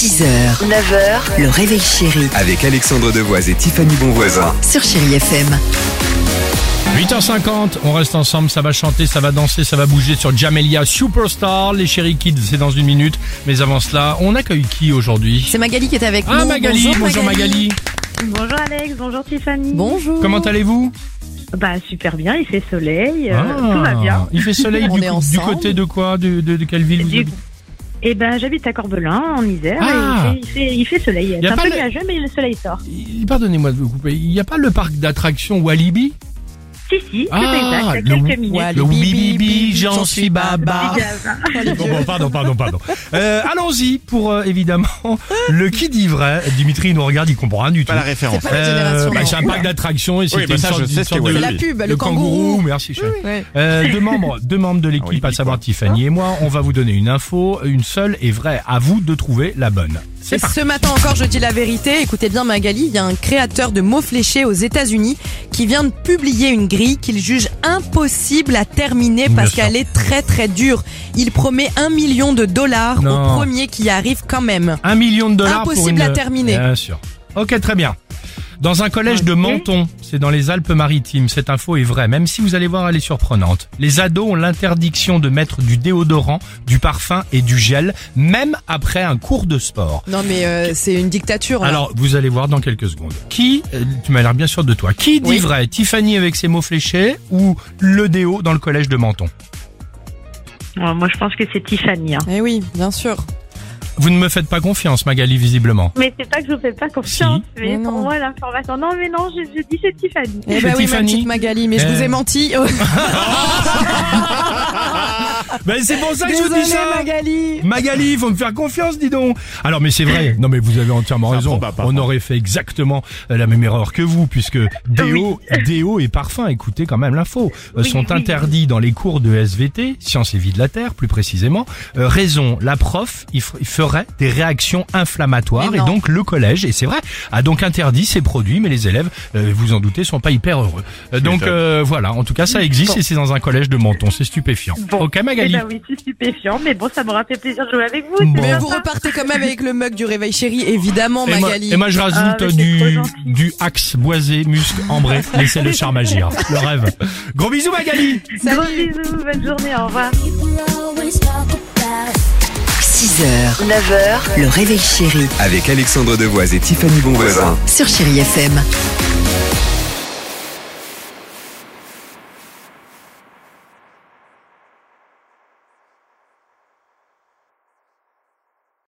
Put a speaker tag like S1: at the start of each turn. S1: 6h, 9h, le réveil chéri
S2: Avec Alexandre Devoise et Tiffany Bonvoisin.
S1: sur Chérie FM.
S3: 8h50, on reste ensemble, ça va chanter, ça va danser, ça va bouger sur Jamelia Superstar, les chéri kids, c'est dans une minute. Mais avant cela, on accueille qui aujourd'hui
S4: C'est Magali qui est avec
S3: Ah
S4: nous.
S3: Magali, bonjour, Magali.
S5: Bonjour Alex, bonjour Tiffany.
S4: Bonjour.
S3: Comment allez-vous
S5: Bah super bien, il fait soleil, euh,
S3: Ah,
S5: tout va bien.
S3: Il fait soleil
S4: On
S3: du,
S4: est
S3: co- du
S4: ensemble.
S3: côté de quoi de, de- de quelle ville vous
S5: Du-
S3: habitez
S5: Et ben j'habite à Corbelin en Isère
S3: Ah.
S5: et il fait, il fait, il fait soleil.
S3: Y a
S5: C'est un
S3: pas
S5: peu
S3: le-
S5: nuageux mais le soleil sort.
S3: Il- Pardonnez-moi de vous couper, il n'y a pas le parc d'attractions Walibi
S5: Si si, c'est
S3: Ah,
S5: exact, il y a
S3: le-
S5: quelques minutes.
S4: Walibi,
S3: Le Walibi,
S4: Bibi,
S3: j'en suis baba. Bon, bon, pardon, pardon, pardon. Euh, Allons-y pour euh, évidemment le qui dit vrai. Dimitri il nous regarde, il comprend rien du tout.
S6: Pas la référence.
S4: Pas la génération,
S3: bah,
S4: non.
S3: c'est un parc d'attractions et c'était
S6: Oui, bah
S3: une
S6: ça,
S3: sorte,
S6: je
S3: une
S6: sais
S3: sorte
S6: ce
S3: de,
S6: qu'est
S4: C'est la pub,
S3: de
S4: le kangourou.
S3: Merci, chef.
S4: Ouais.
S3: Euh, deux membres, deux membres de l'équipe,
S6: Ah oui,
S3: à savoir
S6: quoi.
S3: Tiffany et moi, on va vous donner une info, une seule et vraie. À vous de trouver la bonne. C'est
S4: Et
S3: parti.
S4: Ce matin encore, je dis la vérité. Écoutez bien, Magali, il y a un créateur de mots fléchés aux États-Unis qui vient de publier une grille qu'il juge impossible à terminer
S3: Bien
S4: parce
S3: sûr.
S4: qu'elle est très très dure. Il promet un million de dollars
S3: Non.
S4: au premier qui y arrive quand même.
S3: Un million de dollars pour
S4: Impossible
S3: une-
S4: à terminer.
S3: Bien sûr. Ok, très bien. Dans un collège de Menton, c'est dans les Alpes-Maritimes, cette info est vraie, même si vous allez voir, elle est surprenante. Les ados ont l'interdiction de mettre du déodorant, du parfum et du gel, même après un cours de sport.
S4: Non mais euh, c'est une dictature. là.
S3: Alors, vous allez voir dans quelques secondes. Qui, euh, tu m'as l'air bien sûr de toi, qui dit
S4: Oui.
S3: vrai Tiffany avec ses mots fléchés ou le déo dans le collège de Menton
S5: Ouais, moi je pense que c'est Tiffany. hein.
S4: Eh oui, bien sûr.
S3: Vous ne me faites pas confiance, Magali, visiblement.
S5: Mais c'est pas que je vous fais pas confiance, mais
S4: Mais non.
S5: pour moi l'information. Non mais non, je, je dis c'est Tiffany.
S4: Eh
S3: C'est
S4: ben oui, ma
S3: Tiffany.
S4: petite Magali, mais je
S3: Euh.
S4: vous ai menti.
S3: Ben, c'est pour ça que je vous
S4: Désolée,
S3: dis ça
S4: Ah, Magali.
S3: Magali, faut me faire confiance, dis donc. Alors, mais c'est vrai. Non, mais vous avez entièrement
S6: Ça
S3: raison.
S6: prend pas, pas
S3: On
S6: prend.
S3: aurait fait exactement euh, la même erreur que vous, puisque déo, déo et parfum, écoutez quand même l'info, euh,
S5: Oui,
S3: sont
S5: oui.
S3: interdits dans les cours de SVT, sciences et vie de la terre, plus précisément. Euh, raison, la prof, il, f- il ferait des réactions inflammatoires,
S4: Mais
S3: et
S4: non.
S3: donc le collège, et c'est vrai, a donc interdit ces produits, mais les élèves, euh, vous en doutez, sont pas hyper heureux. Euh, donc
S6: m'étonnes.
S3: euh, voilà, en tout cas, ça existe, et c'est dans un collège de Menton, c'est stupéfiant.
S5: Bon.
S3: Ok, Magali.
S5: Eh ben oui, c'est stupéfiant, mais bon ça m'aura fait plaisir de jouer avec vous.
S3: Bon.
S5: c'est
S4: Mais
S5: sympa.
S4: vous repartez quand même avec le mug du réveil chéri, évidemment,
S3: Et moi,
S4: Magali.
S3: et moi, je rajoute
S5: Ah, mais
S3: euh,
S5: c'est trop
S3: du,
S5: gentil.
S3: du axe boisé, musc, ambré. Laissez le charme agir. Le rêve. Gros bisous Magali
S5: Gros
S4: Salut.
S5: bisous, bonne journée, au revoir.
S7: People always talk about
S1: 6h, 9h, le réveil chéri
S2: Avec Alexandre Devoise et Tiffany Bonvoisin.
S1: sur Chérie FM.